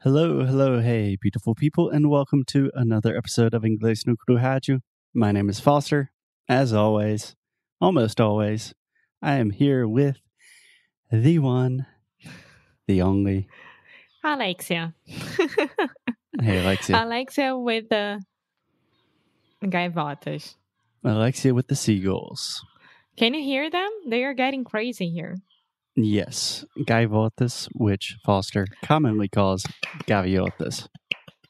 Hello, hello, hey, beautiful people, and welcome to another episode of Inglés no Crujaju. My name is Foster. As always, almost always, I am here with the one, the only. Alexia. Hey, Um, Alexia. Alexia with the gaivotas. Alexia with the seagulls. Can you hear them? They are getting crazy here. Yes, gaivotas, which Foster commonly calls gaviotas.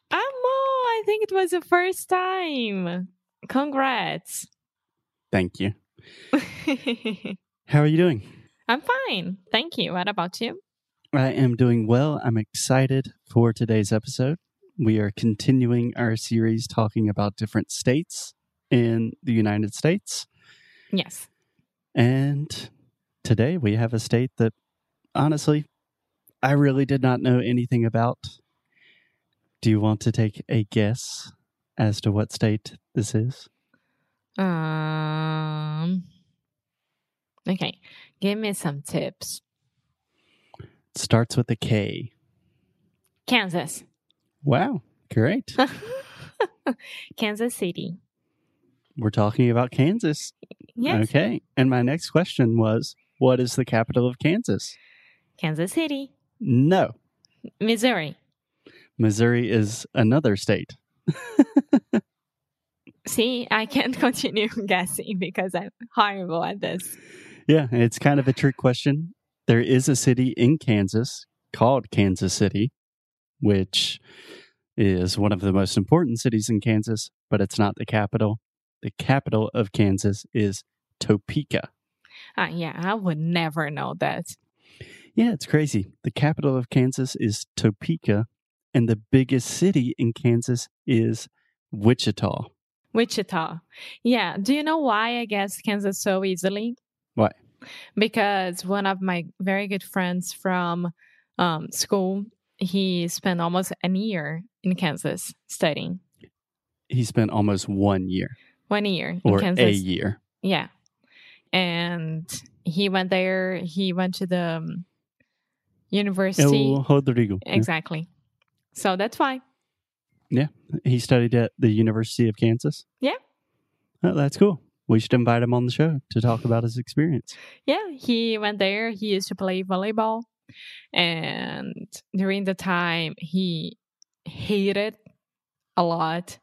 Amo! I think it was the first time. Congrats. Thank you. How are you doing? I'm fine. Thank you. What about you? I am doing well. I'm excited for today's episode. We are continuing our series talking about different states in the United States. Yes. And today we have a state that honestly, I really did not know anything about. Do you want to take a guess as to what state this is? Um Okay. Give me some tips. It starts with a K. Kansas. Wow. Great. Kansas City. We're talking about Kansas. Yes. Okay. And my next question was what is the capital of Kansas? Kansas City. No. Missouri. Missouri is another state. See, I can't continue guessing because I'm horrible at this. Yeah, it's kind of a trick question. There is a city in Kansas called Kansas City, which is one of the most important cities in Kansas, but it's not the capital. The capital of Kansas is Topeka. Ah, yeah, I would never know that. Yeah, it's crazy. The capital of Kansas is Topeka, and the biggest city in Kansas is Wichita. Wichita. Yeah. Do you know why I guess Kansas so easily? Why? Because one of my very good friends from um, school, he spent almost an year in Kansas studying. He spent almost one year One year or in Kansas. a year. Yeah. And he went there, he went to the um, university. El Rodrigo. Yeah. Exactly. So that's why. He studied at the University of Kansas. Yeah. Oh, that's cool. We should invite him on the show to talk about his experience. Yeah, he went there. He used to play volleyball. And during the time, he hated a lot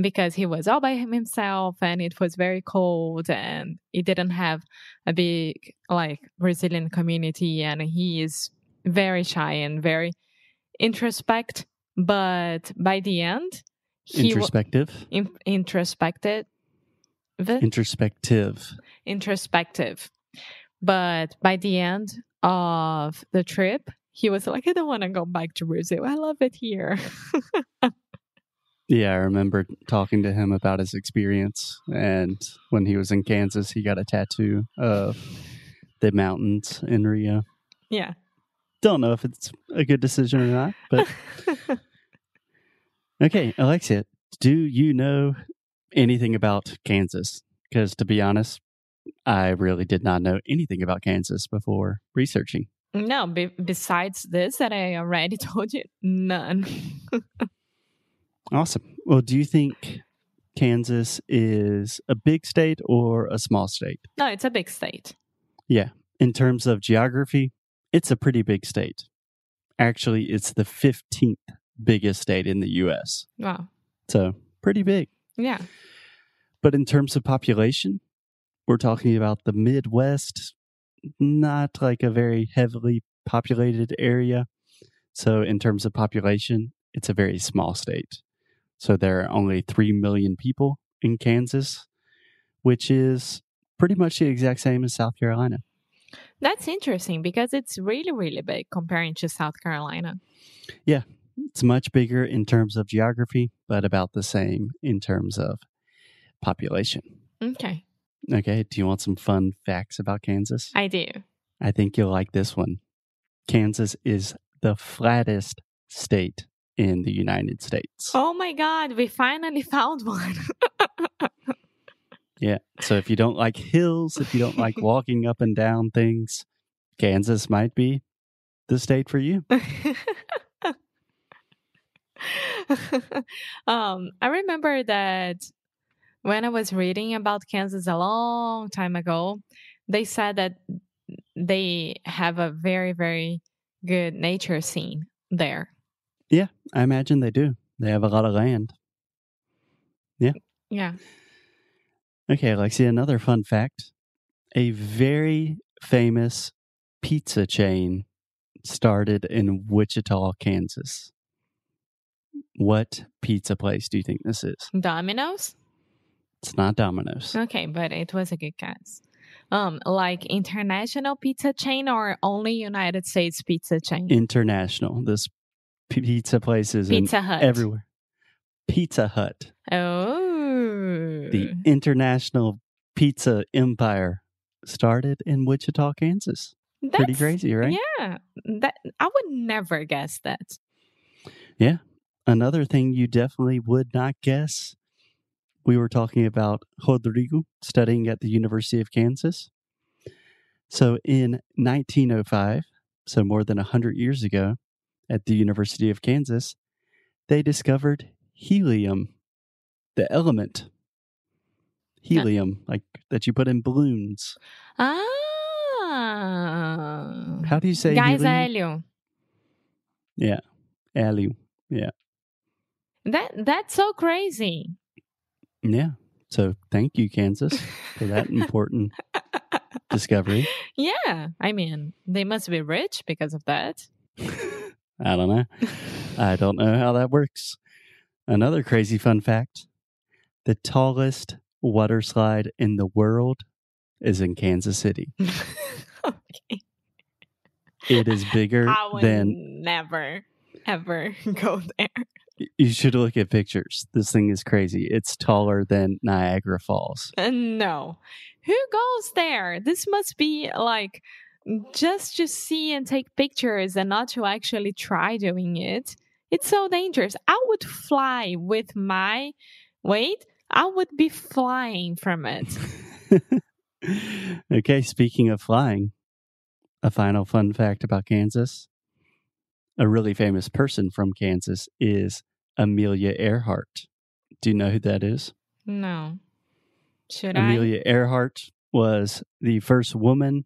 because he was all by him- himself and it was very cold and he didn't have a big, like, Brazilian community. And he is very shy and very introspect. But by the end, he was Introspective. introspected. The- Introspective. introspective. But by the end of the trip, he was like, I don't want to go back to Brazil. I love it here. Yeah, I remember talking to him about his experience. And when he was in Kansas, he got a tattoo of the mountains in Rio. Yeah. Don't know if it's a good decision or not, but okay, Alexia, do you know anything about Kansas? Because to be honest, I really did not know anything about Kansas before researching. no, be- besides this that I already told you, none. Awesome. Well, do you think Kansas is a big state or a small state? no, it's a big state. In terms of geography, it's a pretty big state. Actually, it's the 15th biggest state in the US. Wow. So, pretty big. Yeah. But in terms of population, we're talking about the Midwest, not like a very heavily populated area. So, in terms of population, it's a very small state. So, there are only 3 million people in Kansas, which is pretty much the exact same as South Carolina. That's interesting because it's really, really big comparing to South Carolina. It's much bigger in terms of geography, but about the same in terms of population. Okay. Okay, do you want some fun facts about Kansas? I do. I think you'll like this one. Kansas is the flattest state in the United States. Oh my God. We finally found one. Yeah. So if you don't like hills, if you don't like walking up and down things, Kansas might be the state for you. um, I remember that when I was reading about Kansas a long time ago, they said that they have a very, very good nature scene there. I imagine they do. They have a lot of land. Yeah. Okay, Alexia, another fun fact. A very famous pizza chain started in Wichita, Kansas. What pizza place do you think this is? Dominoes? It's not Domino's. Okay, but it was a good guess. Um, like international pizza chain or only United States pizza chain? International. This p- pizza place is in pizza Hut. everywhere. Pizza Hut, Oh. the international pizza empire, started in Wichita, Kansas. Pretty That's- crazy, right? Yeah. That I would never guess that. Another thing you definitely would not guess. We were talking about Rodrigo studying at the University of Kansas. So in 1905, so more than 100 years ago, at the University of Kansas, they discovered helium, the element. Helium, like that you put in balloons. Ah. How do you say Guys, helium? Hélio. Helium. That that's so crazy. Yeah. So thank you, Kansas, for that important discovery. yeah. I mean, they must be rich because of that. I don't know. I don't know how that works. Another crazy fun fact the tallest water slide in the world is in Kansas City. okay. It is bigger I would than never ever go there. you should look at pictures. This thing is crazy. It's taller than Niagara Falls. Uh, No. Who goes there? This must be like just to see and take pictures and not to actually try doing it. It's so dangerous. I would fly with my weight. I would be flying from it. okay, speaking of flying, a final fun fact about Kansas. A really famous person from Kansas is Amelia Earhart. Do you know who that is? No. Should Amelia Earhart was the first woman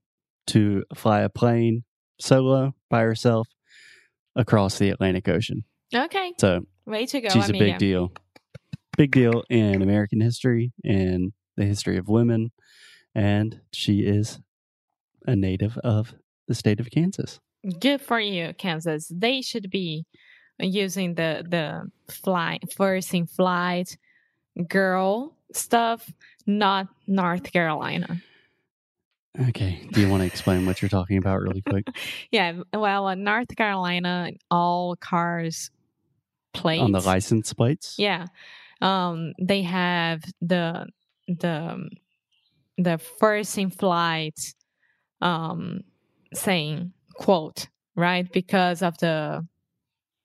to fly a plane solo by herself across the Atlantic Ocean. I? Okay. So Way to go, she's a Amelia. big deal. Big deal in American history and the history of women. And she is a native of the state of Kansas. Good for you, Kansas. They should be using the the fly first in flight girl stuff, not North Carolina. Okay. Do you want to explain what you're talking about really quick? Yeah, well, in North Carolina, all cars plates On the license plates? Yeah, um, they have the the the first in flight um, saying quote right because of the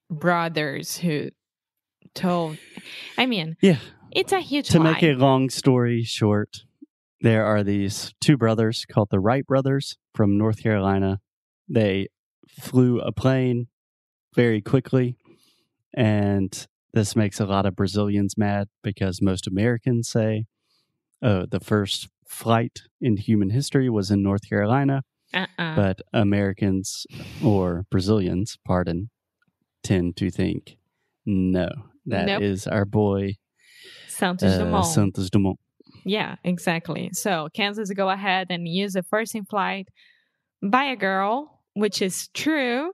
brothers who told. I mean, Yeah. it's a huge to lie. make a long story short, there are these two brothers called the Wright brothers from North Carolina. They flew a plane very quickly, and this makes a lot of Brazilians mad because most Americans say, "Oh, the first flight in human history was in North Carolina," uh-uh. but Americans or Brazilians, pardon, tend to think, "No, that is Nope. our boy Santos uh, Dumont. Santos Dumont." Yeah, exactly. So Kansas go ahead and use the first in flight by a girl, which is true,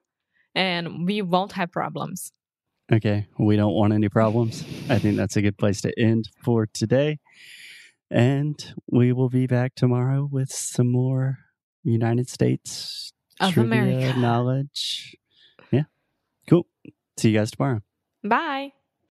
and we won't have problems. Okay. We don't want any problems. I think that's a good place to end for today. And we will be back tomorrow with some more United States Of trivia America. knowledge. Yeah. Cool. See you guys tomorrow. Bye.